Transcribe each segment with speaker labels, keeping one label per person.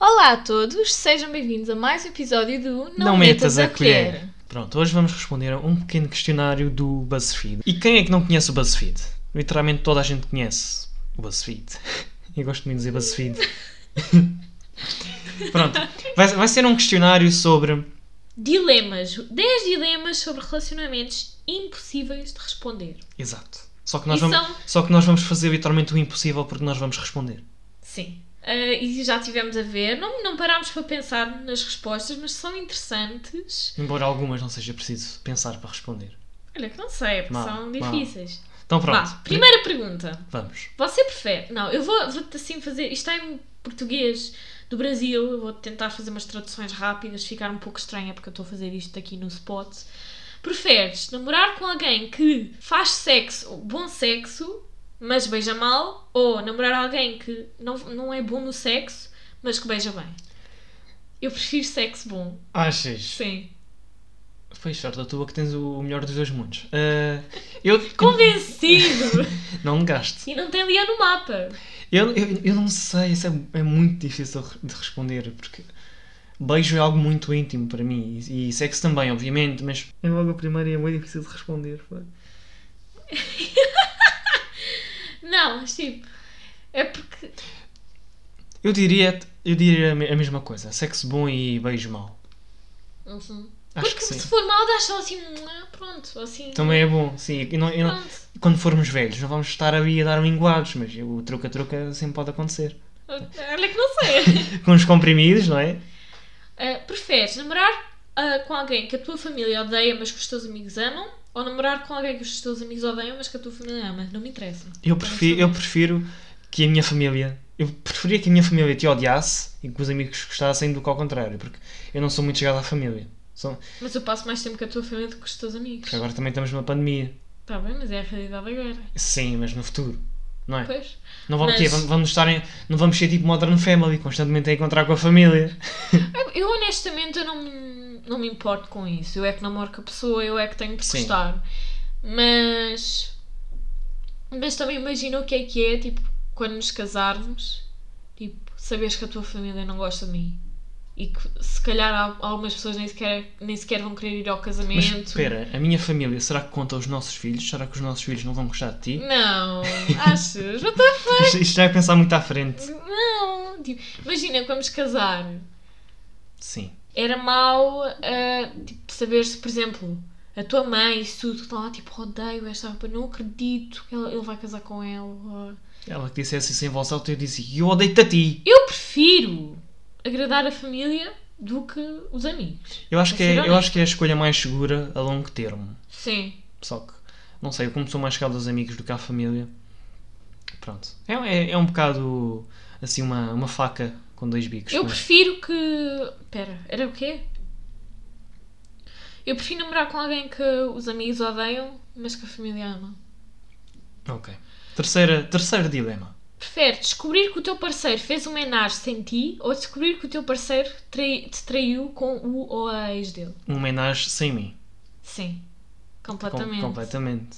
Speaker 1: Olá a todos, sejam bem-vindos a mais um episódio do Não, Metas, a, colher.
Speaker 2: Pronto, hoje vamos responder a um pequeno questionário do BuzzFeed. E quem é que não conhece o BuzzFeed? Literalmente toda a gente conhece o BuzzFeed. Eu gosto muito de dizer BuzzFeed. Pronto, vai, vai ser um questionário sobre.
Speaker 1: Dilemas, 10 dilemas sobre relacionamentos impossíveis de responder.
Speaker 2: Exato. Só que, nós
Speaker 1: E
Speaker 2: vamos,
Speaker 1: são-
Speaker 2: só que nós vamos fazer literalmente o impossível porque nós vamos responder.
Speaker 1: Sim. Ah, e já tivemos a ver, não, não parámos para pensar nas respostas, mas são interessantes.
Speaker 2: Embora algumas não seja preciso pensar para responder.
Speaker 1: Olha, que não sei, porque
Speaker 2: Mal,
Speaker 1: são
Speaker 2: mal.
Speaker 1: difíceis.
Speaker 2: Então pronto.
Speaker 1: Vá, primeira pergunta.
Speaker 2: Vamos.
Speaker 1: Você prefere. Não, eu vou, vou assim fazer. Isto está em português do Brasil. Eu vou tentar fazer umas traduções rápidas, ficar um pouco estranha porque eu estou a fazer isto aqui no spot. Preferes namorar com alguém que faz sexo, bom sexo, mas beija mal, ou namorar alguém que não, não é bom no sexo, mas que beija bem? Eu prefiro sexo bom.
Speaker 2: Achas?
Speaker 1: Sim.
Speaker 2: Foi sorte a tua é que tens o melhor dos dois mundos. Ah, eu.
Speaker 1: Convencido!
Speaker 2: Não me gaste.
Speaker 1: e não tem Lia no mapa.
Speaker 2: Eu, eu, eu não sei, isso é, é muito difícil de responder, porque beijo é algo muito íntimo para mim e, e sexo também, obviamente, mas. É logo a primeira e é muito difícil de responder.
Speaker 1: Não, mas tipo. É porque.
Speaker 2: Eu diria, eu diria a me- a mesma coisa: sexo bom e beijo mau.
Speaker 1: Uhum.
Speaker 2: Acho
Speaker 1: Porque
Speaker 2: que
Speaker 1: se
Speaker 2: sim.
Speaker 1: for mal, dá só assim, ah, pronto, assim.
Speaker 2: Também é bom, sim. E não- e não-
Speaker 1: Pronto.
Speaker 2: quando formos velhos, não vamos estar ali a dar minguados, mas o truca-truca sempre pode acontecer.
Speaker 1: Olha que não sei.
Speaker 2: Com os comprimidos, não é?
Speaker 1: Ah, preferes namorar ah, com alguém que a tua família odeia, mas que os teus amigos amam? Ou namorar com alguém que os teus amigos odeiam, mas que a tua família ama? Não me interessa.
Speaker 2: Eu prefiro, eu prefiro que a minha família. Eu preferia que a minha família te odiasse e que os amigos gostassem do que ao contrário, porque eu não sou muito chegado à família. Sou-
Speaker 1: Mas eu passo mais tempo com a tua família do que com os teus amigos.
Speaker 2: porque agora também estamos numa pandemia.
Speaker 1: Tá bem, mas é a realidade agora.
Speaker 2: Sim, mas no futuro. Não é?
Speaker 1: Pois.
Speaker 2: Não vamos,
Speaker 1: Mas-
Speaker 2: quê? vamos, vamos estar em- não vamos ser tipo Modern Family, constantemente a encontrar com a família.
Speaker 1: Eu- Eu honestamente eu não, me- não me importo com isso. Eu é que namoro com a pessoa, eu é que tenho de
Speaker 2: Sim.
Speaker 1: gostar. Mas. Mas também imagina o que é que é, tipo, quando nos casarmos, tipo, saberes que a tua família não gosta de mim. E que se calhar há- algumas pessoas nem sequer, nem sequer vão querer ir ao
Speaker 2: Mas
Speaker 1: casamento.
Speaker 2: espera, a minha família, será que conta os nossos filhos? Será que os nossos filhos não vão gostar de ti?
Speaker 1: Não, achas? What the fuck?
Speaker 2: Isto, isto já é pensar muito à frente.
Speaker 1: Não! Tipo, imagina que vamos casar.
Speaker 2: Sim.
Speaker 1: era mau ah, tipo, saber-se, por exemplo, a tua mãe e isso tudo que estão lá, tipo, odeio esta rapaz, não acredito que ele, ele vai casar com ela.
Speaker 2: Ela que dissesse isso em voz alta, eu disse: Eu odeio-te a ti.
Speaker 1: Eu prefiro agradar a família do que os amigos.
Speaker 2: Eu acho, que é, eu
Speaker 1: Sinceramente.
Speaker 2: acho que é a escolha mais segura a longo termo.
Speaker 1: Sim.
Speaker 2: Só que, não sei, eu como sou mais chegado aos amigos do que à família. Pronto. É, é, é um bocado assim uma, uma faca com dois bicos.
Speaker 1: Eu
Speaker 2: mas-
Speaker 1: prefiro que. Pera, era o quê? Eu prefiro namorar com alguém que os amigos odeiam, mas que a família ama.
Speaker 2: Ok. Terceira, terceiro dilema.
Speaker 1: Prefere descobrir que o teu parceiro fez uma homenagem sem ti ou descobrir que o teu parceiro trai- te traiu com o ou a ex dele?
Speaker 2: Um homenagem sem mim.
Speaker 1: Sim,
Speaker 2: Com-
Speaker 1: completamente.
Speaker 2: completamente.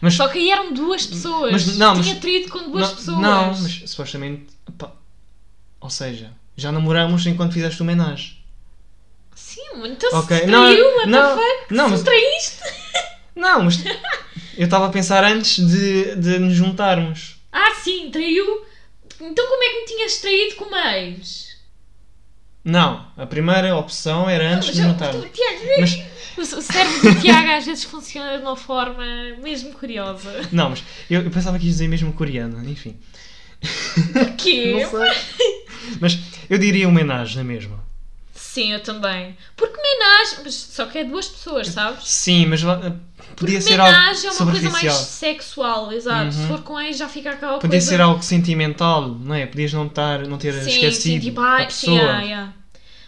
Speaker 2: Mas,
Speaker 1: Só que aí eram duas pessoas.
Speaker 2: Mas não,
Speaker 1: Tinha
Speaker 2: mas-
Speaker 1: traído com duas
Speaker 2: não,
Speaker 1: pessoas.
Speaker 2: Não, mas supostamente. pá, ou seja, já namoramos enquanto fizeste o homenagem.
Speaker 1: Sim, mano, então
Speaker 2: Ok,
Speaker 1: se te
Speaker 2: não,
Speaker 1: traiu, what
Speaker 2: não,
Speaker 1: the fuck?
Speaker 2: não,
Speaker 1: se
Speaker 2: mas-
Speaker 1: me traíste?
Speaker 2: Não, mas. eu estava a pensar antes de, de nos juntarmos.
Speaker 1: Ah, sim, traiu. Então como é que me tinhas traído com uma ex?
Speaker 2: Não, a primeira opção era antes
Speaker 1: Mas
Speaker 2: de
Speaker 1: eu-
Speaker 2: nos juntarmos.
Speaker 1: o Tiago-
Speaker 2: Mas,
Speaker 1: O o cérebro do Tiago às vezes funciona de uma forma mesmo curiosa.
Speaker 2: não, mas eu, eu pensava que ia dizer mesmo coreano, enfim.
Speaker 1: Que? é?
Speaker 2: Não Mas eu diria homenagem é na mesma.
Speaker 1: Sim, eu também. Porque homenagem, mas só que é duas pessoas, sabes?
Speaker 2: Sim, mas va- podia ser algo
Speaker 1: Homenagem é uma coisa mais
Speaker 2: superficial.
Speaker 1: sexual, exato. Se
Speaker 2: Uhum.
Speaker 1: for com ex já fica aquela
Speaker 2: Podia
Speaker 1: coisa.
Speaker 2: ser algo sentimental, não é? Podias não, estar, não ter esquecido
Speaker 1: ai,
Speaker 2: a pessoa.
Speaker 1: ah, yeah.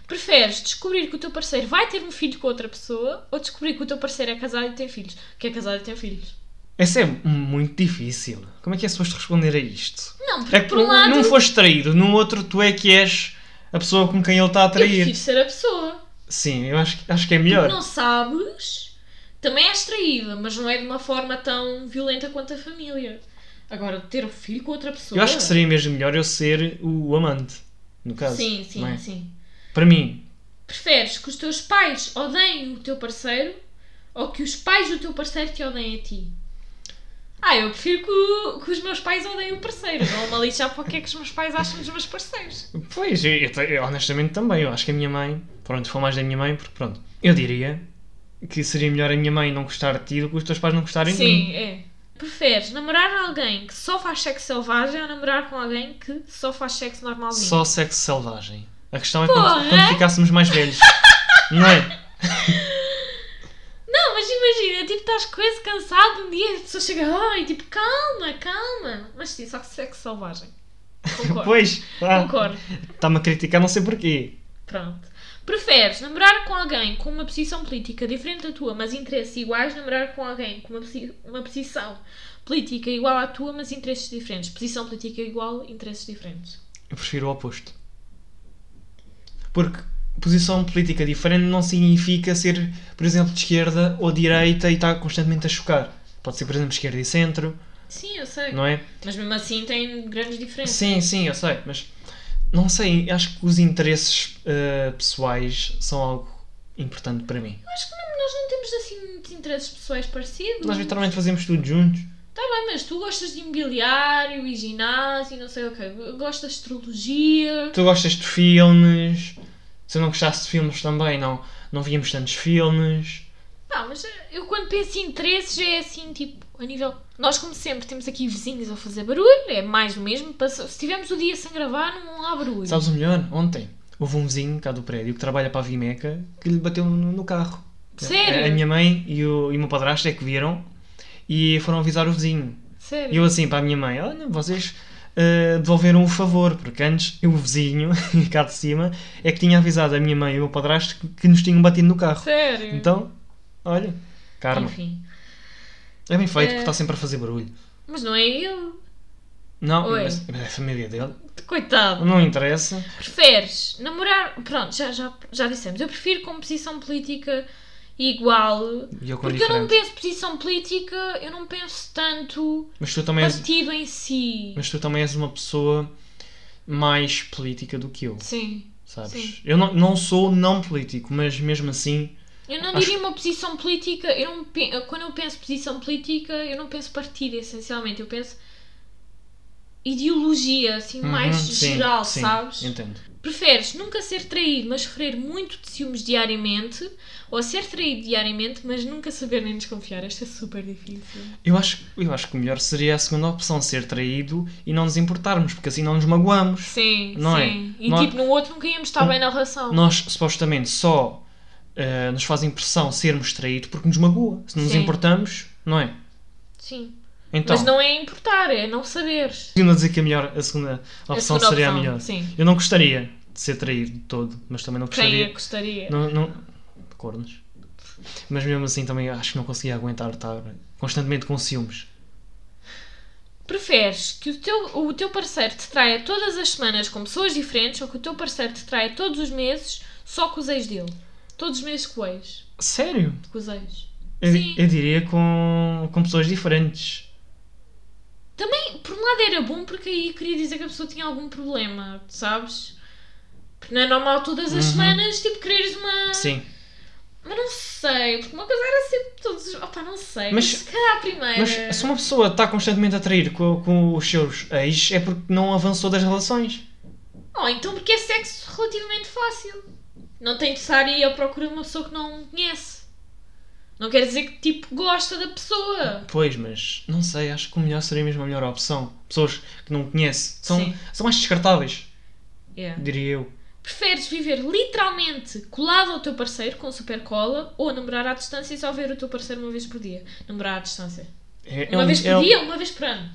Speaker 1: Preferes descobrir que o teu parceiro vai ter um filho com outra pessoa ou descobrir que o teu parceiro é casado e tem filhos? Que é casado e tem filhos.
Speaker 2: Essa é muito difícil. Como é que é suposto responder a isto?
Speaker 1: Não, porque
Speaker 2: É que
Speaker 1: por um
Speaker 2: num-
Speaker 1: lado.
Speaker 2: num foste traído, no outro tu é que és a pessoa com quem ele está a
Speaker 1: eu
Speaker 2: trair.
Speaker 1: prefiro ser a pessoa.
Speaker 2: Sim, eu acho, que- acho que é
Speaker 1: Porque
Speaker 2: melhor.
Speaker 1: não sabes, também és traída, mas não é de uma forma tão violenta quanto a família. Agora, ter um filho com outra pessoa.
Speaker 2: Eu acho que seria mesmo melhor eu ser o amante. no caso.
Speaker 1: sim, sim,
Speaker 2: não é?
Speaker 1: sim.
Speaker 2: Para mim,
Speaker 1: Preferes que os teus pais odeiem o teu parceiro ou que os pais do teu parceiro te odeiem a ti? Ah, eu prefiro que, o- que os meus pais odeiem o parceiro. Não uma lixar para o que é que os meus pais acham dos meus parceiros.
Speaker 2: pois, eu, eu te- eu honestamente também, eu acho que a minha mãe, pronto, foi mais da minha mãe, porque pronto, eu diria que seria melhor a minha mãe não gostar de ti do que os teus pais não gostarem de mim.
Speaker 1: Sim, é. Preferes namorar alguém que só faz sexo selvagem ou namorar com alguém que só faz sexo normalmente?
Speaker 2: Só sexo selvagem. A questão é quando,
Speaker 1: Porra!
Speaker 2: quando ficássemos mais velhos. não é?
Speaker 1: Não, mas imagina, tipo, estás quase cansado um dia a pessoa chega lá e tipo, calma, calma. Mas sim, só que sexo selvagem. Concordo.
Speaker 2: Pois, ah,
Speaker 1: Concordo.
Speaker 2: está-me a criticar, não sei porquê.
Speaker 1: Pronto. Preferes namorar com alguém com uma posição política diferente da tua, mas interesses iguais, namorar com alguém com uma, posi- uma posição política igual à tua, mas interesses diferentes. Posição política igual, interesses diferentes.
Speaker 2: Eu prefiro o oposto. Porque posição política diferente não significa ser, por exemplo, de esquerda ou direita e estar constantemente a chocar. Pode ser, por exemplo, esquerda e centro,
Speaker 1: Sim, eu sei.
Speaker 2: não é?
Speaker 1: Mas mesmo assim tem grandes diferenças.
Speaker 2: Sim, sim, eu sei, mas não sei, acho que os interesses eh, pessoais são algo importante para mim.
Speaker 1: Eu acho que não- nós não temos assim muitos interesses pessoais parecidos.
Speaker 2: Nós literalmente fazemos tudo juntos.
Speaker 1: Tá bem, mas tu gostas de imobiliário e ginásio e não sei o quê. Gostas de astrologia.
Speaker 2: Tu gostas de filmes. Se eu não gostasse de filmes também, não, não víamos tantos filmes.
Speaker 1: Pá, mas eh, eu quando penso em interesses já é assim, tipo, a nível. Nós, como sempre, temos aqui vizinhos a fazer barulho, é mais do mesmo. Passa- Se tivermos o dia sem gravar, não há barulho.
Speaker 2: Sabes o melhor? Ontem houve um vizinho cá do prédio que trabalha para a Vimeca que lhe bateu no, no carro.
Speaker 1: Sério?
Speaker 2: é? A, a minha mãe e o, e o meu padrasto é que viram e foram avisar o vizinho. E
Speaker 1: Sério?
Speaker 2: eu assim para a minha mãe, olha, vocês ah, devolveram o favor, porque antes o vizinho, cá de cima, é que tinha avisado a minha mãe e o meu padrasto que, que nos tinham batido no carro.
Speaker 1: Sério?
Speaker 2: Então, olha, karma.
Speaker 1: Enfim.
Speaker 2: É bem feito,
Speaker 1: É.
Speaker 2: porque está sempre a fazer barulho.
Speaker 1: Mas não é ele.
Speaker 2: Não,
Speaker 1: Oi.
Speaker 2: mas, mas é a família dele.
Speaker 1: Coitado.
Speaker 2: Não interessa.
Speaker 1: Preferes namorar. Pronto, já, já, já dissemos. Eu prefiro com posição política igual.
Speaker 2: E eu com
Speaker 1: Porque eu não
Speaker 2: diferente.
Speaker 1: penso posição política, eu não penso tanto
Speaker 2: Mas tu, também és,
Speaker 1: partido em si.
Speaker 2: mas tu também és uma pessoa mais política do que eu,
Speaker 1: Sim.
Speaker 2: sabes?
Speaker 1: Sim.
Speaker 2: Eu não, não sou não político, mas mesmo assim.
Speaker 1: Eu não
Speaker 2: Acho-
Speaker 1: diria uma posição política, eu não pe- quando eu penso posição política, eu não penso partido, essencialmente, eu penso ideologia, assim, mais
Speaker 2: Uhum, sim,
Speaker 1: geral,
Speaker 2: sim,
Speaker 1: sabes?
Speaker 2: Entendo.
Speaker 1: Preferes nunca ser traído, mas sofrer muito de ciúmes diariamente, ou ser traído diariamente, mas nunca saber nem desconfiar? Esta é super difícil.
Speaker 2: Eu acho, eu acho que o melhor seria a segunda opção, ser traído e não nos importarmos, porque assim não nos magoamos.
Speaker 1: Sim,
Speaker 2: Não é?
Speaker 1: sim. E
Speaker 2: Não há-
Speaker 1: tipo, no outro nunca íamos estar
Speaker 2: Não-
Speaker 1: bem na relação.
Speaker 2: Nós supostamente só eh, nos faz impressão sermos traídos porque nos magoa. Se não nos
Speaker 1: Sim.
Speaker 2: importamos, não é?
Speaker 1: Sim.
Speaker 2: Então,
Speaker 1: Mas não é importar, é não saberes.
Speaker 2: continuo a dizer que a, melhor, a segunda opção
Speaker 1: A segunda
Speaker 2: seria
Speaker 1: opção,
Speaker 2: a melhor.
Speaker 1: Sim.
Speaker 2: Eu não gostaria de ser traído de todo, mas também não
Speaker 1: Quem é que
Speaker 2: gostaria.
Speaker 1: gostaria?
Speaker 2: Não, não... Cornos. Mas mesmo assim também acho que não conseguia aguentar estar constantemente com ciúmes.
Speaker 1: Preferes que o teu, o teu parceiro te traia todas as semanas com pessoas diferentes ou que o teu parceiro te traia todos os meses só com os ex dele? Todos os meses com o ex.
Speaker 2: Sério?
Speaker 1: Com os ex.
Speaker 2: Eu,
Speaker 1: Sim.
Speaker 2: eu diria com, com pessoas diferentes.
Speaker 1: Também, por um lado era bom porque aí queria dizer que a pessoa tinha algum problema, sabes? Porque não é normal todas as
Speaker 2: Uhum.
Speaker 1: semanas, tipo, quereres uma...
Speaker 2: Sim.
Speaker 1: Mas não sei, porque uma coisa era sempre todos os... Opá, não sei. Mas,
Speaker 2: Mas-
Speaker 1: se calhar a primeira...
Speaker 2: Mas se uma pessoa está constantemente a trair com, com os seus ex é porque não avançou das relações.
Speaker 1: Oh, então porque é sexo relativamente fácil. Não tem de estar aí à procura de uma pessoa que não conhece. Não quer dizer que, tipo, gosta da pessoa.
Speaker 2: Pois, mas não sei, acho que o melhor seria mesmo a melhor opção. Pessoas que não conhece são,
Speaker 1: Sim.
Speaker 2: são mais descartáveis,
Speaker 1: Yeah.
Speaker 2: diria eu.
Speaker 1: É. Preferes viver literalmente colado ao teu parceiro com super cola ou namorar à distância e só ver o teu parceiro uma vez por dia? Namorar à distância.
Speaker 2: É, é
Speaker 1: Uma
Speaker 2: o-
Speaker 1: vez por
Speaker 2: é o-
Speaker 1: dia ou uma vez por ano?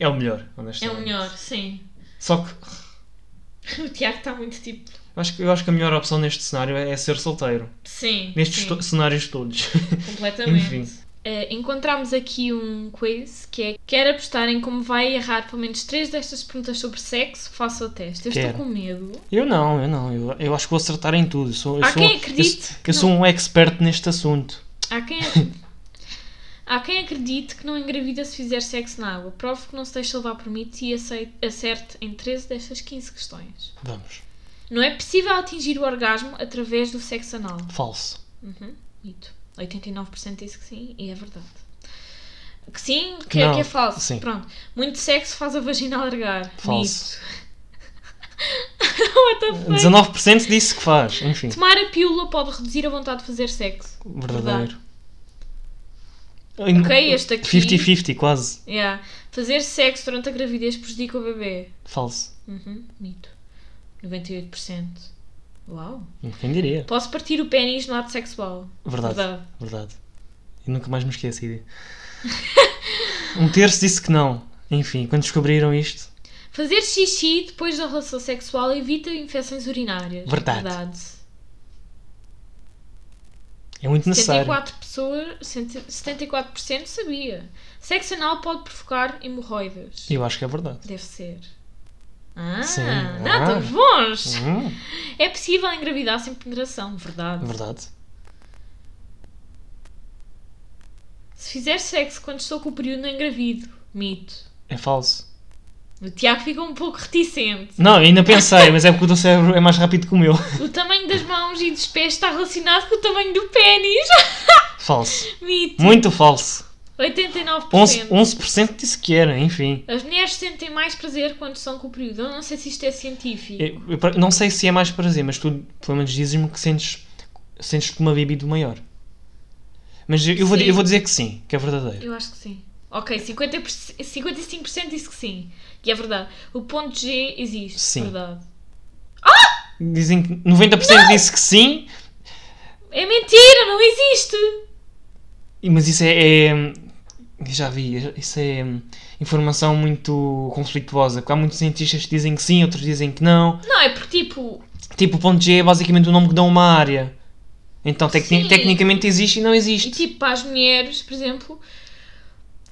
Speaker 2: É o melhor,
Speaker 1: É o
Speaker 2: honestamente.
Speaker 1: melhor, sim.
Speaker 2: Só que
Speaker 1: O Tiago está muito tipo.
Speaker 2: eu acho, que eu acho que a melhor opção neste cenário é é ser solteiro.
Speaker 1: Sim.
Speaker 2: Nestes
Speaker 1: sim.
Speaker 2: to- cenários todos.
Speaker 1: Completamente.
Speaker 2: Enfim.
Speaker 1: Eh, encontramos aqui um quiz que é quer apostar em como vai errar pelo menos três destas perguntas sobre sexo, faça o teste. Eu
Speaker 2: Quero.
Speaker 1: estou com medo.
Speaker 2: Eu não, eu não. Eu, eu acho que vou acertar em tudo. Eu sou, eu
Speaker 1: Há
Speaker 2: sou,
Speaker 1: quem acredite
Speaker 2: Eu, sou-
Speaker 1: que
Speaker 2: eu sou um expert neste assunto.
Speaker 1: Há quem Há quem acredite que não engravida se fizer sexo na água. Prove que não se deixa levar por mitos e acei- acerte em 13 destas 15 questões.
Speaker 2: Vamos.
Speaker 1: Não é possível atingir o orgasmo através do sexo anal.
Speaker 2: Falso.
Speaker 1: Uhum, mito. 89% disse que sim e é verdade. Que sim, que, é,
Speaker 2: não,
Speaker 1: que é falso.
Speaker 2: sim.
Speaker 1: Pronto. Muito sexo faz a vagina alargar.
Speaker 2: Falso.
Speaker 1: Mito. What the fuck?
Speaker 2: 19% disse que faz. Enfim.
Speaker 1: Tomar a pílula pode reduzir a vontade de fazer sexo.
Speaker 2: Verdadeiro.
Speaker 1: Ok, este aqui-
Speaker 2: 50-50, quase.
Speaker 1: Yeah. É. Fazer sexo durante a gravidez prejudica o bebê.
Speaker 2: Falso.
Speaker 1: Uhum, mito. 98%. Uau.
Speaker 2: Quem diria?
Speaker 1: Posso partir o pênis no ato sexual.
Speaker 2: Verdade.
Speaker 1: Verdade.
Speaker 2: Verdade. E nunca mais me esqueço a ideia. um terço disse que não. Enfim, quando descobriram isto,
Speaker 1: Fazer xixi depois da relação sexual evita infecções urinárias.
Speaker 2: Verdade.
Speaker 1: Verdade.
Speaker 2: é muito necessário.
Speaker 1: 74 pessoas, 74% sabia. Sexo anal pode provocar hemorroidas.
Speaker 2: Eu acho que é verdade.
Speaker 1: Deve ser. Ah,
Speaker 2: Sim.
Speaker 1: não,
Speaker 2: Ah.
Speaker 1: estamos bons!
Speaker 2: Hum,
Speaker 1: É possível engravidar sem penetração, verdade.
Speaker 2: verdade.
Speaker 1: Se fizer sexo quando estou com o período, não engravido. Mito.
Speaker 2: É falso.
Speaker 1: O Tiago fica um pouco reticente.
Speaker 2: Não, ainda pensei, mas é porque o teu cérebro é mais rápido que o meu.
Speaker 1: O tamanho das mãos e dos pés está relacionado com o tamanho do pênis.
Speaker 2: Falso.
Speaker 1: Mito.
Speaker 2: Muito falso.
Speaker 1: 89%.
Speaker 2: 11%, 11% disse que era, enfim.
Speaker 1: As mulheres sentem mais prazer quando estão com o período. Eu não sei se isto é científico.
Speaker 2: Eu- eu pra- não sei se é mais prazer, mas tu pelo menos dizes-me que sentes, sentes uma bebida maior. Mas eu, eu vou, di-
Speaker 1: Sim.
Speaker 2: eu vou dizer que sim, que é verdadeiro.
Speaker 1: Eu acho que sim. Ok, 50%, 55% disse que sim. E é verdade. O ponto G existe.
Speaker 2: Sim.
Speaker 1: Verdade.
Speaker 2: Dizem que 90% disse que sim,
Speaker 1: É mentira, não existe!
Speaker 2: E- Mas isso é, é- Já vi, isso é hum, informação muito conflituosa. Porque há muitos cientistas que dizem que sim, outros dizem que não.
Speaker 1: Não, é porque tipo.
Speaker 2: Tipo, o ponto G é basicamente o nome que dão a uma área. Então, tecni-
Speaker 1: Sim.
Speaker 2: tecnicamente existe e não
Speaker 1: E
Speaker 2: existe.
Speaker 1: tipo, para as mulheres, por exemplo,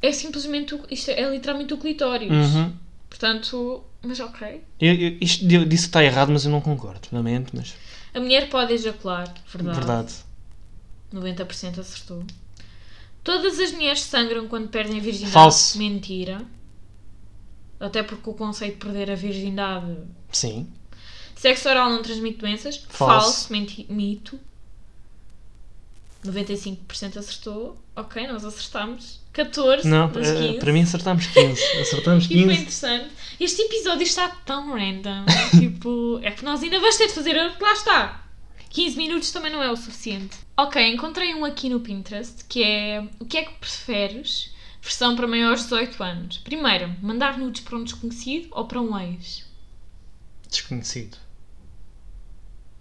Speaker 1: é simplesmente. o- Isto é, é literalmente o clitóris.
Speaker 2: Uhum.
Speaker 1: Portanto. Mas ok.
Speaker 2: Eu, eu, isto de- disso está errado, mas eu não concordo, lamento, mas.
Speaker 1: A mulher pode ejacular. Verdade.
Speaker 2: Verdade.
Speaker 1: 90% acertou. Todas as mulheres sangram quando perdem a virgindade.
Speaker 2: Falso.
Speaker 1: Mentira. Até porque o conceito de perder a virgindade
Speaker 2: Sim.
Speaker 1: Sexo oral não transmite doenças?
Speaker 2: Falso.
Speaker 1: Falso. menti- mito. 95% acertou. Ok, nós acertámos. 14
Speaker 2: Não,
Speaker 1: das
Speaker 2: eh,
Speaker 1: 15.
Speaker 2: para mim acertámos 15. Acertámos
Speaker 1: E foi
Speaker 2: 15.
Speaker 1: interessante. Este episódio está tão random. tipo, é que nós ainda vamos ter de fazer. Lá está. 15 minutos também não é o suficiente. Ok, encontrei um aqui no Pinterest que é o que é que preferes? Versão para maiores de 18 anos. Primeiro, mandar nudes para um desconhecido ou para um ex?
Speaker 2: Desconhecido.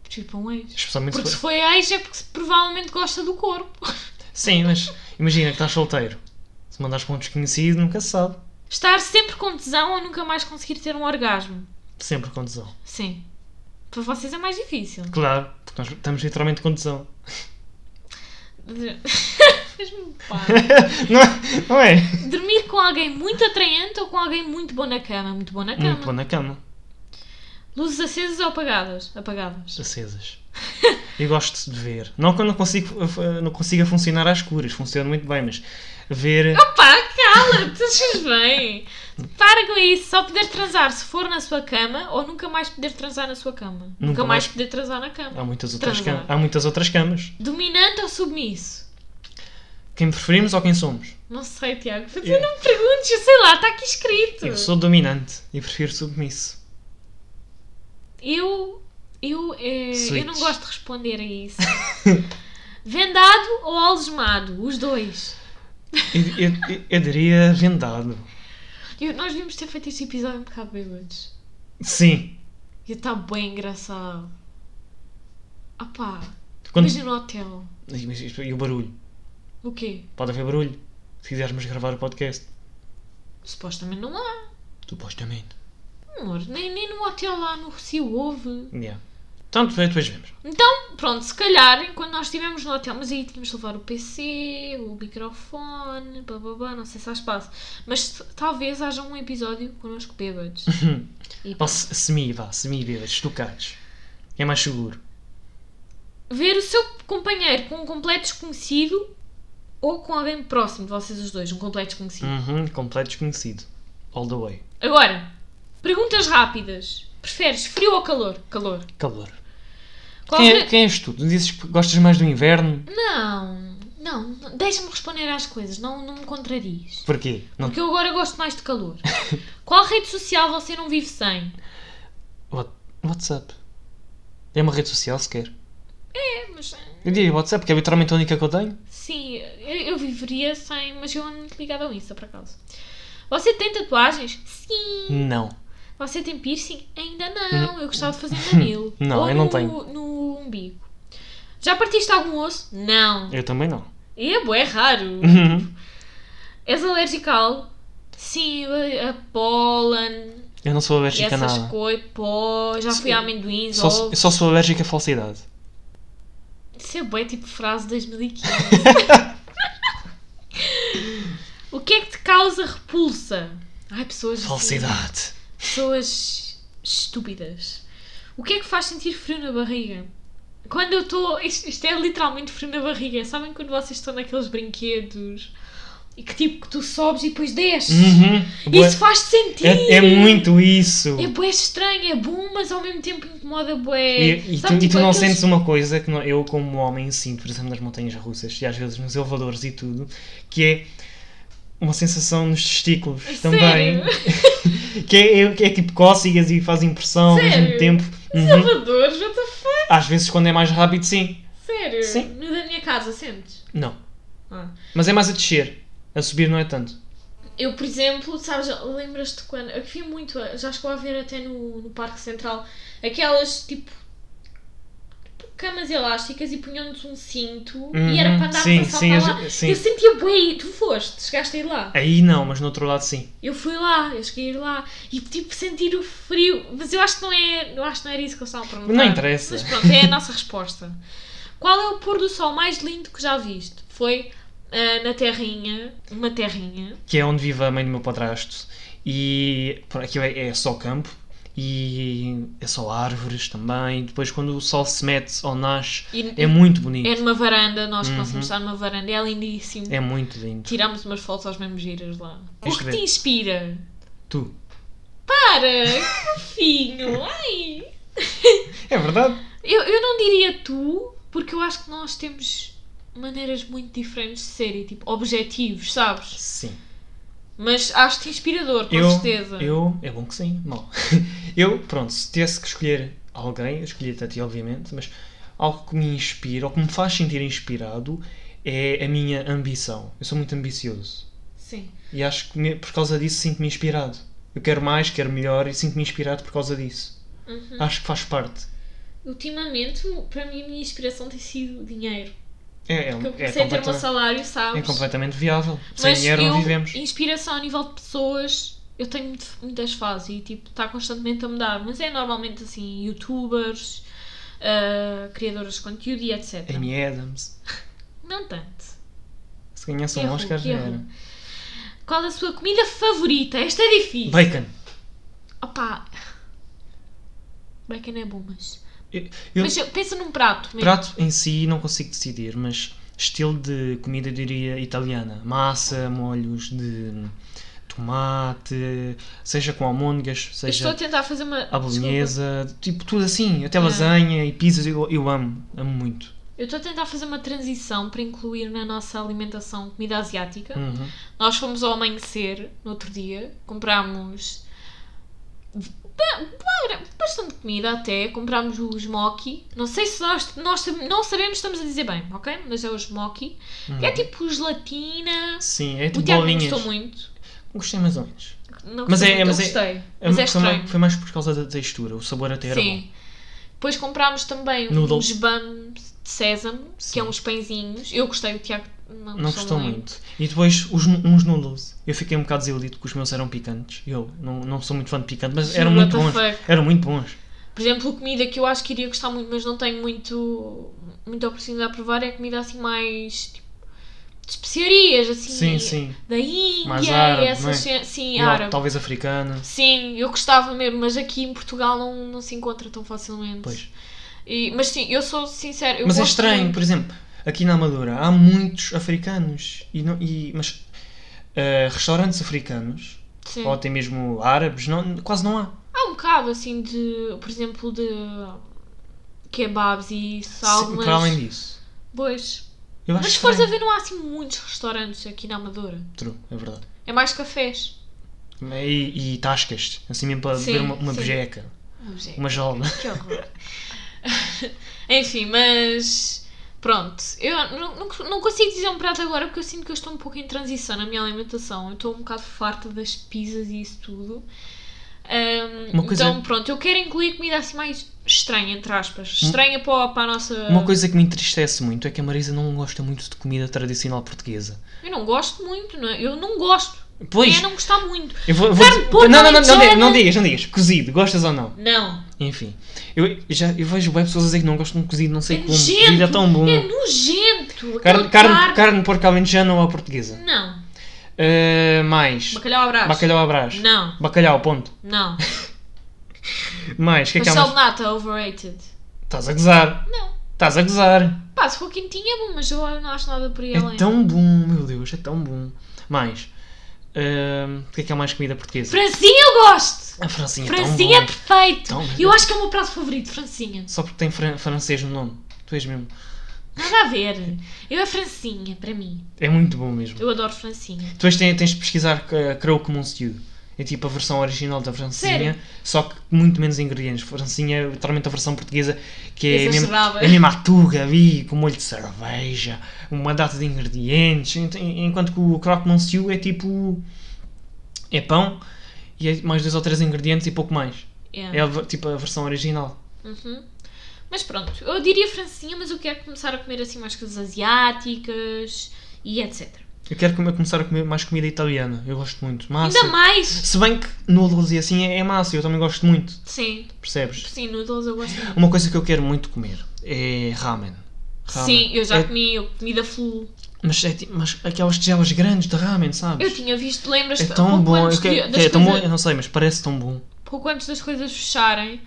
Speaker 1: Tipo, um ex.
Speaker 2: Especialmente
Speaker 1: Porque
Speaker 2: se
Speaker 1: se
Speaker 2: for-
Speaker 1: foi ex é porque se- provavelmente gosta do corpo.
Speaker 2: Sim, mas imagina que estás solteiro. Se mandares para um desconhecido, nunca se sabe.
Speaker 1: Estar sempre com tesão ou nunca mais conseguir ter um orgasmo.
Speaker 2: Sempre com tesão.
Speaker 1: Sim. Para vocês é mais difícil.
Speaker 2: Claro, porque nós estamos literalmente com tesão.
Speaker 1: Fez-me pá.
Speaker 2: não, é- não é?
Speaker 1: Dormir com alguém muito atraente ou com alguém muito bom na cama? Muito bom na cama.
Speaker 2: Muito bom na cama,
Speaker 1: Luzes acesas ou apagadas? Apagadas.
Speaker 2: acesas. Eu gosto de ver. Não que eu não, consigo, eh, não consiga funcionar às escuras, funciona muito bem, mas ver.
Speaker 1: Opa, cala-te, estás bem. Para com isso. Só poder transar se for na sua cama ou nunca mais poder transar na sua cama. Nunca, mais
Speaker 2: mais-
Speaker 1: poder transar na cama.
Speaker 2: Há muitas, outras
Speaker 1: Transar.
Speaker 2: cam- há muitas outras camas.
Speaker 1: Dominante ou submisso?
Speaker 2: Quem preferimos ou quem somos?
Speaker 1: Não sei, Tiago. Mas eu não me perguntes, eu sei lá, está aqui escrito.
Speaker 2: Eu sou dominante e prefiro submisso.
Speaker 1: Eu, eu, eh, eu
Speaker 2: Switch.
Speaker 1: não gosto de responder a isso. Vendado ou algemado? Os dois.
Speaker 2: Eu, eu- eu- eu diria vendado.
Speaker 1: Eu- nós devíamos ter feito este episódio um bocado bêbados.
Speaker 2: Sim.
Speaker 1: E está bem engraçado. Ah pá,
Speaker 2: Quando...
Speaker 1: imagina no hotel.
Speaker 2: Ai, mas isto- E o barulho?
Speaker 1: O quê?
Speaker 2: Pode haver barulho. Se quisermos gravar o podcast.
Speaker 1: Supostamente não há.
Speaker 2: Supostamente.
Speaker 1: Amor, nem, nem no hotel lá no Rocio houve.
Speaker 2: Yeah. Então, depois depois vemos.
Speaker 1: Então, pronto, se calhar, quando nós estivemos no hotel, mas aí tínhamos de levar o PC, o microfone, blá blá blá, não sei se há espaço. Mas t- talvez haja um episódio connosco bêbados. E
Speaker 2: Ou se- semi, vá, semi bêbados, tocados. É mais seguro.
Speaker 1: Ver o seu companheiro com um completo desconhecido ou com alguém próximo de vocês os dois, um completo desconhecido.
Speaker 2: Uhum, completo desconhecido. All the way.
Speaker 1: Agora, perguntas rápidas. Preferes frio ou calor? Calor.
Speaker 2: Calor.
Speaker 1: Qual
Speaker 2: Quem,
Speaker 1: foi-
Speaker 2: é- quem és tu? Tu dizes que gostas mais do inverno?
Speaker 1: Não, não, não, deixa-me responder às coisas, não, não me contradiz.
Speaker 2: Porquê? Não...
Speaker 1: Porque eu agora gosto mais de calor. Qual rede social você não vive sem?
Speaker 2: What- WhatsApp. É uma rede social sequer.
Speaker 1: É, mas.
Speaker 2: Eu diria WhatsApp, porque é literalmente a única que eu tenho.
Speaker 1: Sim, eu, eu viveria sem, mas eu ando muito ligada ao Insta, por acaso. Você tem tatuagens? Sim.
Speaker 2: Não.
Speaker 1: Você tem piercing? Ainda não. Eu gostava de fazer no mamilo.
Speaker 2: Não,
Speaker 1: Ou
Speaker 2: eu não
Speaker 1: no-
Speaker 2: tenho.
Speaker 1: No umbigo. Já partiste algum osso? Não.
Speaker 2: Eu também não.
Speaker 1: É, bué, é raro.
Speaker 2: Uhum.
Speaker 1: És alérgico a algo? Sim, a, a pólen,
Speaker 2: eu não sou
Speaker 1: e
Speaker 2: alérgica a
Speaker 1: essas
Speaker 2: nada.
Speaker 1: coisas, pó, já fui a amendoins,
Speaker 2: Só,
Speaker 1: ovos.
Speaker 2: só sou alérgica a falsidade.
Speaker 1: Isso é bué, tipo frase de 2015. o que é que te causa repulsa? Ai, pessoas... assim,
Speaker 2: Falsidade.
Speaker 1: pessoas estúpidas. O que é que faz sentir frio na barriga? Quando eu estou... Isto, isto é literalmente frio na barriga. Sabem quando vocês estão naqueles brinquedos... E que tipo, que tu sobes e depois desces.
Speaker 2: Uhum. Bué-
Speaker 1: Isso faz sentir.
Speaker 2: é, é muito isso.
Speaker 1: É bué estranho, é bom, mas ao mesmo tempo incomoda bué.
Speaker 2: E, e tu,
Speaker 1: Sabe,
Speaker 2: e
Speaker 1: tipo,
Speaker 2: tu não
Speaker 1: aqueles-
Speaker 2: sentes uma coisa que não- eu, como homem, sinto, por exemplo, nas montanhas russas e às vezes nos elevadores e tudo, que é uma sensação nos testículos
Speaker 1: É Sério?
Speaker 2: também. que, é, é- que é tipo cócegas e faz impressão ao mesmo
Speaker 1: Sério? é
Speaker 2: tempo. Uhum.
Speaker 1: Salvadores, what the fuck?
Speaker 2: Às vezes, quando é mais rápido, sim.
Speaker 1: Sério?
Speaker 2: Sim.
Speaker 1: No da minha casa sentes?
Speaker 2: Não.
Speaker 1: Ah.
Speaker 2: Mas é mais a descer. A subir não é tanto.
Speaker 1: Eu, por exemplo, sabes, lembras-te quando. Eu vi muito, já chegou a ver até no, no Parque Central, aquelas tipo. tipo, Camas elásticas e punham-nos um cinto e era
Speaker 2: Uhum,
Speaker 1: para andarmos
Speaker 2: sim,
Speaker 1: a
Speaker 2: sim,
Speaker 1: saltar
Speaker 2: eu
Speaker 1: lá.
Speaker 2: já- sim.
Speaker 1: Eu sentia bué, tu foste, chegaste a ir lá.
Speaker 2: Aí não, mas no outro lado, sim.
Speaker 1: Eu fui lá, eu cheguei a ir lá e tipo sentir o frio, mas eu acho que não é, eu acho que não era isso que eles estavam a perguntar.
Speaker 2: Não interessa.
Speaker 1: Mas pronto, é a nossa resposta. Qual é o pôr do sol mais lindo que já viste? Foi ah, na terrinha, uma terrinha.
Speaker 2: que é onde vive a mãe do meu padrasto. E por aquilo é, é só campo e é só árvores também. Depois, quando o sol se mete ou nasce,
Speaker 1: E-
Speaker 2: é muito bonito.
Speaker 1: É numa varanda, nós
Speaker 2: Uhum.
Speaker 1: conseguimos estar numa varanda, é lindíssimo.
Speaker 2: É muito lindo.
Speaker 1: Tiramos umas fotos aos mesmos giras lá.
Speaker 2: Tens
Speaker 1: o que
Speaker 2: de
Speaker 1: te
Speaker 2: ver.
Speaker 1: inspira?
Speaker 2: Tu.
Speaker 1: Para! que fofinho! Ai!
Speaker 2: É verdade?
Speaker 1: Eu, eu não diria tu, porque eu acho que nós temos maneiras muito diferentes de ser e tipo objetivos, sabes?
Speaker 2: Sim.
Speaker 1: Mas acho-te inspirador, com
Speaker 2: eu,
Speaker 1: certeza.
Speaker 2: Eu, é bom que sim. Mal. Eu, pronto, se tivesse que escolher alguém, eu escolhi-te a ti, obviamente, mas algo que me inspira ou que me faz sentir inspirado é a minha ambição. Eu sou muito ambicioso.
Speaker 1: Sim.
Speaker 2: E acho que me- por causa disso sinto-me inspirado. Eu quero mais, quero melhor e sinto-me inspirado por causa disso.
Speaker 1: Uhum.
Speaker 2: Acho que faz parte.
Speaker 1: Ultimamente, para mim, a minha inspiração tem sido dinheiro.
Speaker 2: É, é,
Speaker 1: Porque eu
Speaker 2: é,
Speaker 1: comecei a ter o meu
Speaker 2: completamente,
Speaker 1: salário,
Speaker 2: é
Speaker 1: sabes?
Speaker 2: completamente viável. Sem
Speaker 1: Mas
Speaker 2: dinheiro
Speaker 1: eu,
Speaker 2: não vivemos.
Speaker 1: inspiração a nível de pessoas, eu tenho muito- muitas fases e tipo, está constantemente a mudar. Mas é normalmente assim, youtubers, ah, criadoras de conteúdo e etc.
Speaker 2: Amy Adams.
Speaker 1: Não tanto.
Speaker 2: Se ganhasse
Speaker 1: Que
Speaker 2: um
Speaker 1: erro,
Speaker 2: Oscar
Speaker 1: que
Speaker 2: já
Speaker 1: erro.
Speaker 2: era.
Speaker 1: Qual a sua comida favorita? Esta é difícil.
Speaker 2: Bacon.
Speaker 1: Opa! Bacon é bom, mas.
Speaker 2: Eu- eu-
Speaker 1: Mas eu- pensa num prato mesmo.
Speaker 2: Prato em si não consigo decidir, mas estilo de comida eu diria italiana. Massa, molhos de tomate, seja com almôndegas,
Speaker 1: Eu estou a
Speaker 2: seja
Speaker 1: tentar fazer uma.
Speaker 2: à
Speaker 1: desculpa.
Speaker 2: bolonhesa, tipo tudo assim, até
Speaker 1: É.
Speaker 2: lasanha e pizzas, eu, eu amo, amo muito.
Speaker 1: Eu estou a tentar fazer uma transição para incluir na nossa alimentação comida asiática.
Speaker 2: Uhum.
Speaker 1: Nós fomos ao amanhecer no outro dia, comprámos ba- ba- bastante comida até, comprámos o smoky. Não sei se nós, nós sab- não sabemos se estamos a dizer bem, ok? Mas é o smoky. que É tipo gelatina.
Speaker 2: uhum. Sim, Hum. é
Speaker 1: O
Speaker 2: tipo
Speaker 1: Tiago não
Speaker 2: bolinhas.
Speaker 1: gostou muito.
Speaker 2: Gostei mais ou menos.
Speaker 1: Não
Speaker 2: Mas
Speaker 1: gostei
Speaker 2: é-
Speaker 1: muito.
Speaker 2: mas
Speaker 1: eu
Speaker 2: é-
Speaker 1: gostei. mas é
Speaker 2: foi,
Speaker 1: estranho.
Speaker 2: mais, foi mais por causa da textura, o sabor até era bom.
Speaker 1: Sim. Depois comprámos também
Speaker 2: Noodles.
Speaker 1: uns buns de sésamo, que
Speaker 2: Sim.
Speaker 1: é uns pãezinhos. Eu gostei, o Tiago não,
Speaker 2: Não gostou muito. E depois os, uns noodles. Eu fiquei um bocado desiludido porque os meus eram picantes. Eu não, não sou muito fã de picante, mas eram
Speaker 1: Sim,
Speaker 2: muito
Speaker 1: what
Speaker 2: bons.
Speaker 1: the fuck.
Speaker 2: Eram muito bons.
Speaker 1: Por exemplo, comida que eu acho que iria gostar muito, mas não tenho muito, muita oportunidade de provar, é comida assim mais tipo, de especiarias, assim,
Speaker 2: Sim, sim.
Speaker 1: da Índia,
Speaker 2: Mais árabe,
Speaker 1: essas
Speaker 2: não é?
Speaker 1: cen- sim,
Speaker 2: E al-
Speaker 1: árabe.
Speaker 2: talvez africana.
Speaker 1: Sim, eu gostava mesmo, mas aqui em Portugal não, não se encontra tão facilmente.
Speaker 2: Pois.
Speaker 1: E- mas sim, eu sou sincera, eu
Speaker 2: mas é
Speaker 1: gosto
Speaker 2: estranho,
Speaker 1: muito-
Speaker 2: por exemplo, aqui na Amadora há muitos africanos, e não, e, mas ah, restaurantes africanos,
Speaker 1: Sim.
Speaker 2: ou até mesmo árabes, não, quase não há.
Speaker 1: Há um bocado assim de, por exemplo, de kebabs e isso, há
Speaker 2: Se-
Speaker 1: algumas.
Speaker 2: Para além disso.
Speaker 1: Pois.
Speaker 2: Eu acho
Speaker 1: Mas se fores a
Speaker 2: estranho.
Speaker 1: ver, não há assim muitos restaurantes aqui na Amadora.
Speaker 2: True, é verdade.
Speaker 1: É mais cafés.
Speaker 2: E, e tascas, assim mesmo para
Speaker 1: Sim,
Speaker 2: beber uma, uma
Speaker 1: sim.
Speaker 2: bejeca,
Speaker 1: Vamos ver.
Speaker 2: uma jola.
Speaker 1: é. Que horror. Enfim, mas. Pronto. Eu não, não- não consigo dizer um prato agora porque eu sinto que eu estou um pouco em transição na minha alimentação. Eu estou um bocado farta das pizzas e isso tudo. Ahm,
Speaker 2: Uma coisa-
Speaker 1: Então, pronto, eu quero incluir comida assim mais estranha, entre aspas. Estranha para, para a nossa.
Speaker 2: Hum. Uma coisa que me entristece muito é que a Marisa não gosta muito de comida tradicional portuguesa.
Speaker 1: Eu não gosto muito, não é? Eu não gosto.
Speaker 2: Pois,
Speaker 1: É não Tá gostar muito.
Speaker 2: eu vou, vou
Speaker 1: Carne
Speaker 2: dizer-
Speaker 1: de porco
Speaker 2: não, não, não, não,
Speaker 1: alentejana.
Speaker 2: digas, não digas, não digas. Cozido, gostas ou não?
Speaker 1: Não.
Speaker 2: Enfim, eu, já, eu vejo bem pessoas a dizer que não gostam de cozido, não sei
Speaker 1: É
Speaker 2: como. Cozido é
Speaker 1: nojento.
Speaker 2: tão bom.
Speaker 1: É nojento.
Speaker 2: Carne,
Speaker 1: Aquela
Speaker 2: carne, carne de porco alentejana ou à portuguesa?
Speaker 1: Não.
Speaker 2: Ah, mais,
Speaker 1: Bacalhau abraço.
Speaker 2: bacalhau à brás.
Speaker 1: Não,
Speaker 2: Bacalhau, ponto.
Speaker 1: não.
Speaker 2: Mais, o que é que há
Speaker 1: Pastel de
Speaker 2: mais?
Speaker 1: nata, overrated.
Speaker 2: Estás a gozar,
Speaker 1: Não.
Speaker 2: estás a gozar.
Speaker 1: Pá, se for quentinha é bom, mas eu não acho nada por aí
Speaker 2: É
Speaker 1: além.
Speaker 2: tão bom, meu Deus, é tão bom. Mais. Ahm, o que é que há mais comida portuguesa?
Speaker 1: Francinha eu gosto!
Speaker 2: A francinha,
Speaker 1: francinha é
Speaker 2: é tão bom.
Speaker 1: perfeito!
Speaker 2: Tão bom.
Speaker 1: eu acho que é o meu prato favorito, francinha.
Speaker 2: Só porque tem fran- francês no nome. Tu és mesmo.
Speaker 1: Nada a ver. Eu é francinha, para mim.
Speaker 2: É muito bom mesmo.
Speaker 1: Eu adoro francinha.
Speaker 2: Tu és, tens, tens de pesquisar eh, Croque Monsieur. É tipo a versão original da francinha,
Speaker 1: Sério?
Speaker 2: só que muito menos ingredientes. Francinha é literalmente a versão portuguesa que é mesmo,
Speaker 1: Exagerada.
Speaker 2: é mesmo a tuga ali, com molho de cerveja, uma data de ingredientes. Ent- Enquanto que o Croque Monsieur é tipo. é pão e é mais dois ou três ingredientes e pouco mais.
Speaker 1: É.
Speaker 2: É a ver- tipo a versão original.
Speaker 1: Uhum. Mas pronto, eu diria francinha, mas eu quero começar a comer assim mais coisas asiáticas e etc.
Speaker 2: Eu quero comer- começar a comer mais comida italiana, eu gosto muito. Massa.
Speaker 1: Ainda mais!
Speaker 2: Se bem que noodles e assim é, é massa, eu também gosto muito,
Speaker 1: Sim,
Speaker 2: percebes?
Speaker 1: sim, noodles eu gosto muito.
Speaker 2: Uma coisa que eu quero muito comer é ramen. Ramen.
Speaker 1: Sim, eu já
Speaker 2: É-
Speaker 1: comi, eu comi da flu.
Speaker 2: Mas, é, ti- mas aquelas tigelas grandes de ramen, sabes?
Speaker 1: Eu tinha visto, lembras?
Speaker 2: É tão
Speaker 1: pouco
Speaker 2: bom,
Speaker 1: antes
Speaker 2: eu quero-
Speaker 1: de-
Speaker 2: é
Speaker 1: das
Speaker 2: tão bom,
Speaker 1: coisas-
Speaker 2: eu não sei, mas parece tão bom.
Speaker 1: pouco antes das coisas fecharem,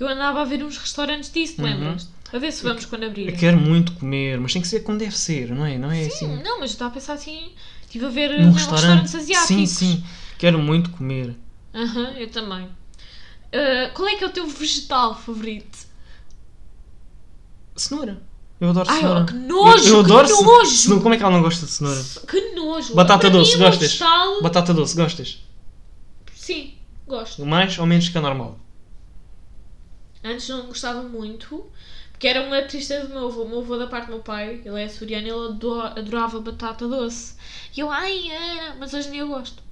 Speaker 1: eu andava a ver uns restaurantes disso,
Speaker 2: Uhum.
Speaker 1: lembras? A ver se vamos quando abrir.
Speaker 2: Eu quero muito comer, mas tem que ser como deve ser, não é? Não é assim.
Speaker 1: Não, mas eu estava a pensar assim, estive a ver
Speaker 2: Num
Speaker 1: não,
Speaker 2: Um restaurante.
Speaker 1: restaurantes asiáticos.
Speaker 2: Sim, sim. Quero muito comer.
Speaker 1: Aham, eu também. Ah, qual é que é o teu vegetal favorito?
Speaker 2: Cenoura. Eu adoro
Speaker 1: Ai,
Speaker 2: cenoura.
Speaker 1: ó, que nojo,
Speaker 2: Eu, eu
Speaker 1: que
Speaker 2: adoro ce-
Speaker 1: nojo.
Speaker 2: cenoura. Como é que ela não gosta de cenoura?
Speaker 1: Que nojo!
Speaker 2: Batata
Speaker 1: Para mim,
Speaker 2: doce,
Speaker 1: o meu
Speaker 2: gostas?
Speaker 1: vegetal-
Speaker 2: Batata doce, gostas?
Speaker 1: Sim, gosto.
Speaker 2: Mais ou menos que a normal?
Speaker 1: Antes não gostava muito, porque era uma tristeza do meu avô. O meu avô da parte do meu pai, ele é açoriano, ele ado- adorava batata doce. E eu, ai, Ana, mas hoje em dia eu gosto.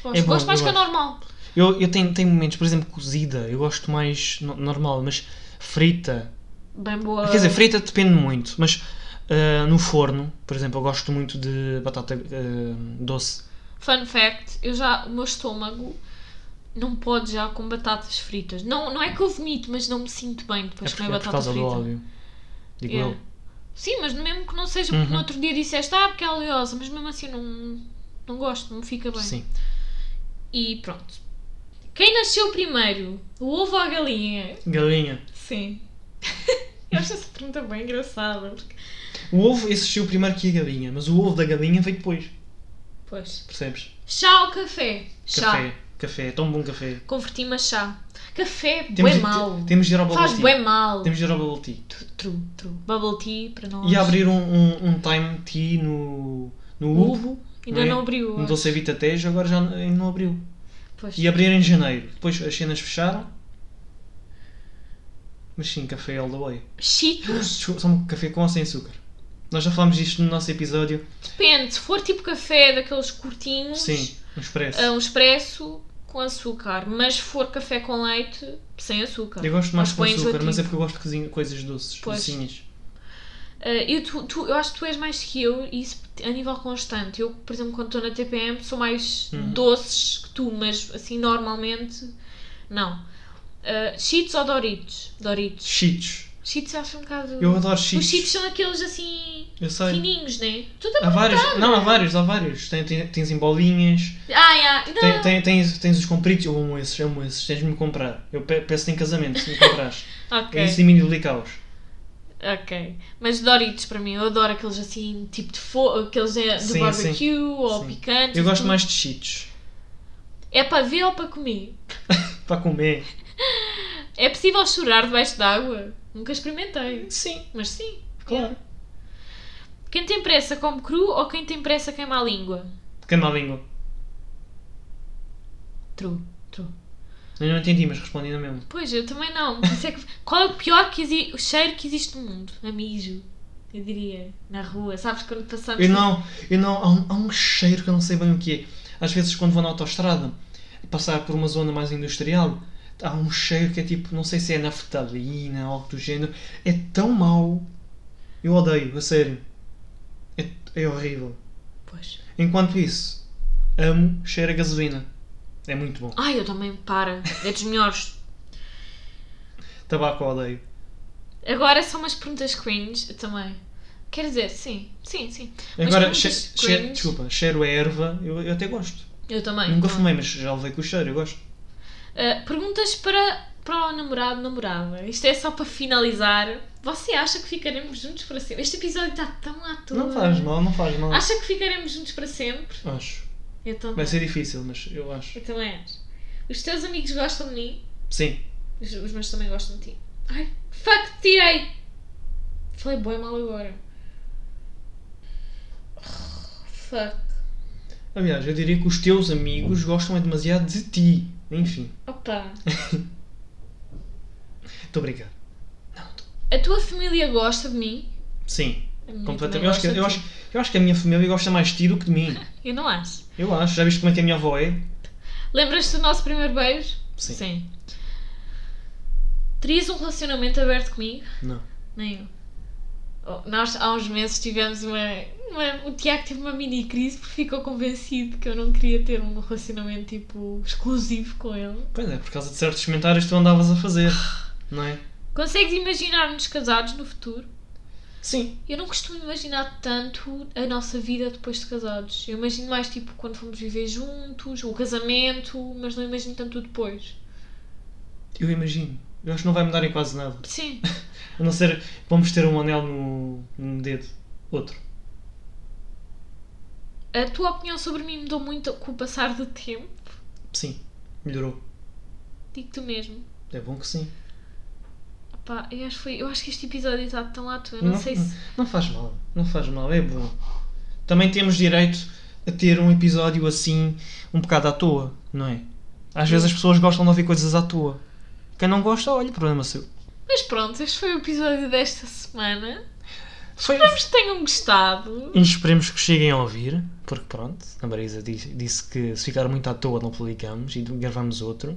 Speaker 1: Gosto,
Speaker 2: É bom,
Speaker 1: gosto mais
Speaker 2: eu
Speaker 1: que a
Speaker 2: gosto.
Speaker 1: normal.
Speaker 2: Eu, eu tenho, tenho momentos, por exemplo, cozida, eu gosto mais no- normal, mas frita.
Speaker 1: Bem boa.
Speaker 2: Quer dizer, frita depende muito, mas ah, no forno, por exemplo, eu gosto muito de batata ah, doce.
Speaker 1: Fun fact, eu já, o meu estômago não pode já com batatas fritas. Não, não é que eu vomito, mas não me sinto bem depois
Speaker 2: é
Speaker 1: de
Speaker 2: por,
Speaker 1: comer
Speaker 2: é por
Speaker 1: batata
Speaker 2: causa do
Speaker 1: frita.
Speaker 2: óleo. Digo
Speaker 1: É.
Speaker 2: eu.
Speaker 1: Sim, mas mesmo que não seja porque
Speaker 2: Uhum.
Speaker 1: no outro dia disseste, ah, porque é oleosa, mas mesmo assim não, não gosto, não me fica bem.
Speaker 2: Sim.
Speaker 1: E pronto. Quem nasceu primeiro? O ovo ou a galinha?
Speaker 2: Galinha.
Speaker 1: Sim. Eu acho essa pergunta bem engraçada. Porque...
Speaker 2: O ovo existiu primeiro que a galinha, mas o ovo da galinha veio depois,
Speaker 1: Pois.
Speaker 2: percebes?
Speaker 1: Chá ou café? Chá.
Speaker 2: Café. Café, é tão bom café.
Speaker 1: Converti-me a chá. Café, bué
Speaker 2: de-
Speaker 1: mal.
Speaker 2: temos de ir ao bubble
Speaker 1: Faz
Speaker 2: tea.
Speaker 1: bué mal.
Speaker 2: Temos de ir ao bubble tea.
Speaker 1: True, true. Bubble tea para nós.
Speaker 2: E abrir um, um, um time tea no, no
Speaker 1: O
Speaker 2: Uvo.
Speaker 1: Ainda
Speaker 2: não é?
Speaker 1: não abriu.
Speaker 2: No Doce Vita Tejo, agora já ainda não abriu.
Speaker 1: Pois.
Speaker 2: E abriram em janeiro. Depois as cenas fecharam. Mas sim, café all the way.
Speaker 1: Cheetos?
Speaker 2: Desculpa, só um café com ou sem açúcar. Nós já falámos disto no nosso episódio.
Speaker 1: Depende. Se for tipo café daqueles curtinhos,
Speaker 2: Sim, um expresso.
Speaker 1: é um expresso com açúcar. Mas se for café com leite, sem açúcar.
Speaker 2: Eu gosto mais
Speaker 1: Mas
Speaker 2: com
Speaker 1: põe
Speaker 2: açúcar, mas
Speaker 1: enjoativo.
Speaker 2: é porque eu gosto de cozinha- coisas doces,
Speaker 1: Pois.
Speaker 2: docinhas.
Speaker 1: Ah, eu, tu, tu- eu acho que tu és mais que eu, e isso a nível constante. Eu, por exemplo, quando estou na TPM, sou mais
Speaker 2: Uhum.
Speaker 1: doces que tu, mas assim, normalmente, não. Ah, cheetos ou Doritos? Doritos.
Speaker 2: Cheetos.
Speaker 1: Cheetos eu acho um bocado.
Speaker 2: Eu adoro
Speaker 1: Os cheetos
Speaker 2: cheetos. Ah.
Speaker 1: são aqueles assim.
Speaker 2: Eu sei.
Speaker 1: fininhos, né? Tu também.
Speaker 2: Há vários. Não, há vários, há vários. Tem- tem- Tens em bolinhas,
Speaker 1: Ah, ah, não.
Speaker 2: tem- tem- tens, tens os compridos. Eu amo esses, amo esses. Tens de me comprar. Eu pe- peço-te em casamento se me comprares.
Speaker 1: Ok.
Speaker 2: É isso e mini de caos.
Speaker 1: Ok. Mas Doritos para mim, eu adoro aqueles assim, tipo de fogo, aqueles eh, do
Speaker 2: Sim,
Speaker 1: barbecue
Speaker 2: sim.
Speaker 1: ou
Speaker 2: Sim.
Speaker 1: picantes.
Speaker 2: Eu gosto
Speaker 1: não-
Speaker 2: mais de cheetos.
Speaker 1: É para ver ou para comer?
Speaker 2: Para comer.
Speaker 1: É possível chorar debaixo d'água? Nunca experimentei.
Speaker 2: Sim,
Speaker 1: Mas sim.
Speaker 2: claro.
Speaker 1: Quem tem pressa come cru ou quem tem pressa queima a língua?
Speaker 2: Queima a língua.
Speaker 1: True, true.
Speaker 2: Eu não entendi, mas respondi na mesma.
Speaker 1: Pois, eu também não. Por isso é que- Qual é o pior que exi... o cheiro que existe no mundo? A mijo, eu diria. Na rua, sabes quando passamos...
Speaker 2: Eu não, eu não, há um, há um cheiro que eu não sei bem o que é. Às vezes quando vou na autoestrada, passar por uma zona mais industrial, há um cheiro que é tipo, não sei se é naftalina ou algo do género. É tão mau. Eu odeio, a sério. É, é horrível.
Speaker 1: Pois.
Speaker 2: Enquanto isso, amo cheiro a gasolina. É muito bom.
Speaker 1: Ai, eu também, para. É dos melhores.
Speaker 2: Tabaco eu odeio.
Speaker 1: Agora são umas perguntas cringe, eu também. Quer dizer, sim, sim, sim. Mas
Speaker 2: Agora,
Speaker 1: perguntas
Speaker 2: che che
Speaker 1: cringe-
Speaker 2: desculpa, cheiro a erva, eu, eu até gosto.
Speaker 1: Eu também.
Speaker 2: Nunca
Speaker 1: também.
Speaker 2: fumei, mas já levei com o cheiro, eu gosto.
Speaker 1: Uh, perguntas para, para o namorado, namorada. Isto é só para finalizar. Você acha que ficaremos juntos para sempre? Este episódio está tão à toa.
Speaker 2: Não faz mal, não faz mal.
Speaker 1: Acha que ficaremos juntos para sempre?
Speaker 2: Acho.
Speaker 1: Eu também.
Speaker 2: Vai ser difícil, mas eu acho.
Speaker 1: Eu também acho. Os teus amigos gostam de mim.
Speaker 2: Sim.
Speaker 1: Os, os meus também gostam de ti. Ai, fuck, tirei! Falei boi mal agora. Fuck.
Speaker 2: Aliás, eu diria que os teus amigos gostam é demasiado de ti. Enfim.
Speaker 1: Opa.
Speaker 2: Estou a brincar.
Speaker 1: A tua família gosta de mim?
Speaker 2: Sim.
Speaker 1: A minha
Speaker 2: Completamente.
Speaker 1: também
Speaker 2: Eu
Speaker 1: gosta de
Speaker 2: acho, que, eu,
Speaker 1: ti.
Speaker 2: acho, eu acho que a minha família gosta mais de ti do que de mim.
Speaker 1: Eu não acho.
Speaker 2: Eu acho. Já viste como é que a minha avó é?
Speaker 1: Lembras-te do nosso primeiro beijo?
Speaker 2: Sim.
Speaker 1: Terias um relacionamento aberto comigo?
Speaker 2: Não.
Speaker 1: Nem eu. Oh, Nós há uns meses tivemos uma, uma- O Tiago teve uma mini crise porque ficou convencido que eu não queria ter um relacionamento tipo exclusivo com ele.
Speaker 2: Pois é, por causa de certos comentários que tu andavas a fazer. Não é?
Speaker 1: Consegues imaginar-nos casados no futuro?
Speaker 2: Sim.
Speaker 1: Eu não costumo imaginar tanto a nossa vida depois de casados. Eu imagino mais tipo quando fomos viver juntos, o casamento, mas não imagino tanto o depois.
Speaker 2: Eu imagino. Eu acho que não vai mudar em quase nada.
Speaker 1: Sim.
Speaker 2: A não ser vamos ter um anel no, no dedo. Outro.
Speaker 1: A tua opinião sobre mim mudou muito com o passar do tempo.
Speaker 2: Sim. Melhorou.
Speaker 1: Digo tu mesmo.
Speaker 2: É bom que sim.
Speaker 1: Pá, eu acho, que foi, eu acho que este episódio está tão à toa. Eu não, sei se.
Speaker 2: não faz mal, não faz mal, é bom. Também temos direito a ter um episódio assim, um bocado à toa, não é? Às vezes as pessoas gostam de ouvir coisas à toa. Quem não gosta, olha, problema seu.
Speaker 1: Mas pronto, este foi o episódio desta semana.
Speaker 2: Foi.
Speaker 1: Espero que tenham gostado.
Speaker 2: E esperemos que cheguem a ouvir, porque pronto, a Marisa disse, disse que se ficar muito à toa não publicamos e gravamos outro.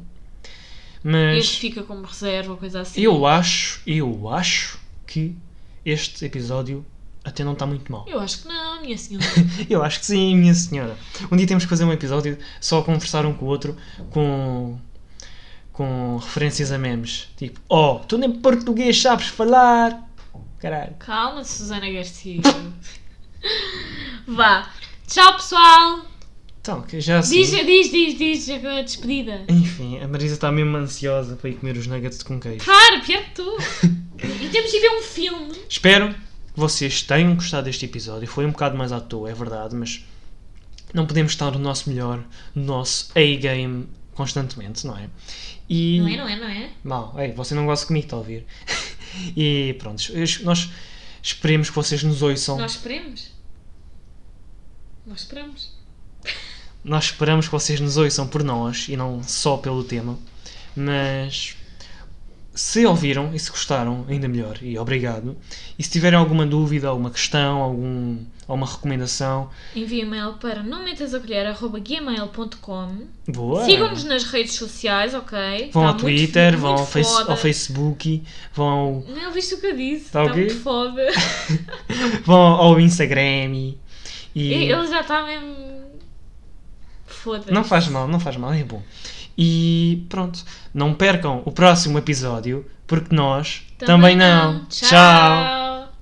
Speaker 1: Este
Speaker 2: Mas
Speaker 1: fica como reserva ou coisa assim.
Speaker 2: eu acho, eu acho que este episódio até não está muito mal.
Speaker 1: Eu acho que não, minha senhora.
Speaker 2: Eu acho que sim, minha senhora. Um dia temos que fazer um episódio só a conversar um com o outro com, com referências a memes. Tipo, oh, tu nem português sabes falar. Caralho.
Speaker 1: Calma, Susana Garcia. Vá. Tchau, pessoal.
Speaker 2: Então, que já assim.
Speaker 1: Diz, diz, diz, diz a despedida.
Speaker 2: Enfim, a Marisa está mesmo ansiosa para ir comer os nuggets com queijo.
Speaker 1: Para, pior que tu. E temos de ver um filme.
Speaker 2: Espero que vocês tenham gostado deste episódio. Foi um bocado mais à toa, é verdade, mas não podemos estar no nosso melhor, no nosso A-game constantemente, não é? E...
Speaker 1: Não é, não é, não é?
Speaker 2: Mal, ei, você não gosta comigo, está a ouvir. e pronto, es- nós esperemos que vocês nos ouçam.
Speaker 1: Nós
Speaker 2: Nós,
Speaker 1: esperemos. Nós esperamos.
Speaker 2: esperamos que vocês nos ouçam por nós e não só pelo tema. Mas se ouviram e se gostaram, ainda melhor e obrigado. E se tiverem alguma dúvida, alguma questão, algum, alguma recomendação,
Speaker 1: Envie e-mail para não metas a colher, arroba gmail.com.
Speaker 2: boa!
Speaker 1: Sigam-nos nas redes sociais, ok?
Speaker 2: Vão
Speaker 1: Tá
Speaker 2: ao
Speaker 1: muito
Speaker 2: Twitter,
Speaker 1: fo-
Speaker 2: vão
Speaker 1: muito
Speaker 2: ao, face-
Speaker 1: foda.
Speaker 2: ao Facebook, vão,
Speaker 1: Não viste o que eu disse?
Speaker 2: Tá
Speaker 1: Está
Speaker 2: ok?
Speaker 1: muito foda.
Speaker 2: vão ao Instagram e.
Speaker 1: E
Speaker 2: e-
Speaker 1: Ele já está mesmo. Foda-se.
Speaker 2: Não faz mal, não faz mal, é bom. E pronto, não percam o próximo episódio, porque nós também, não. Tchau.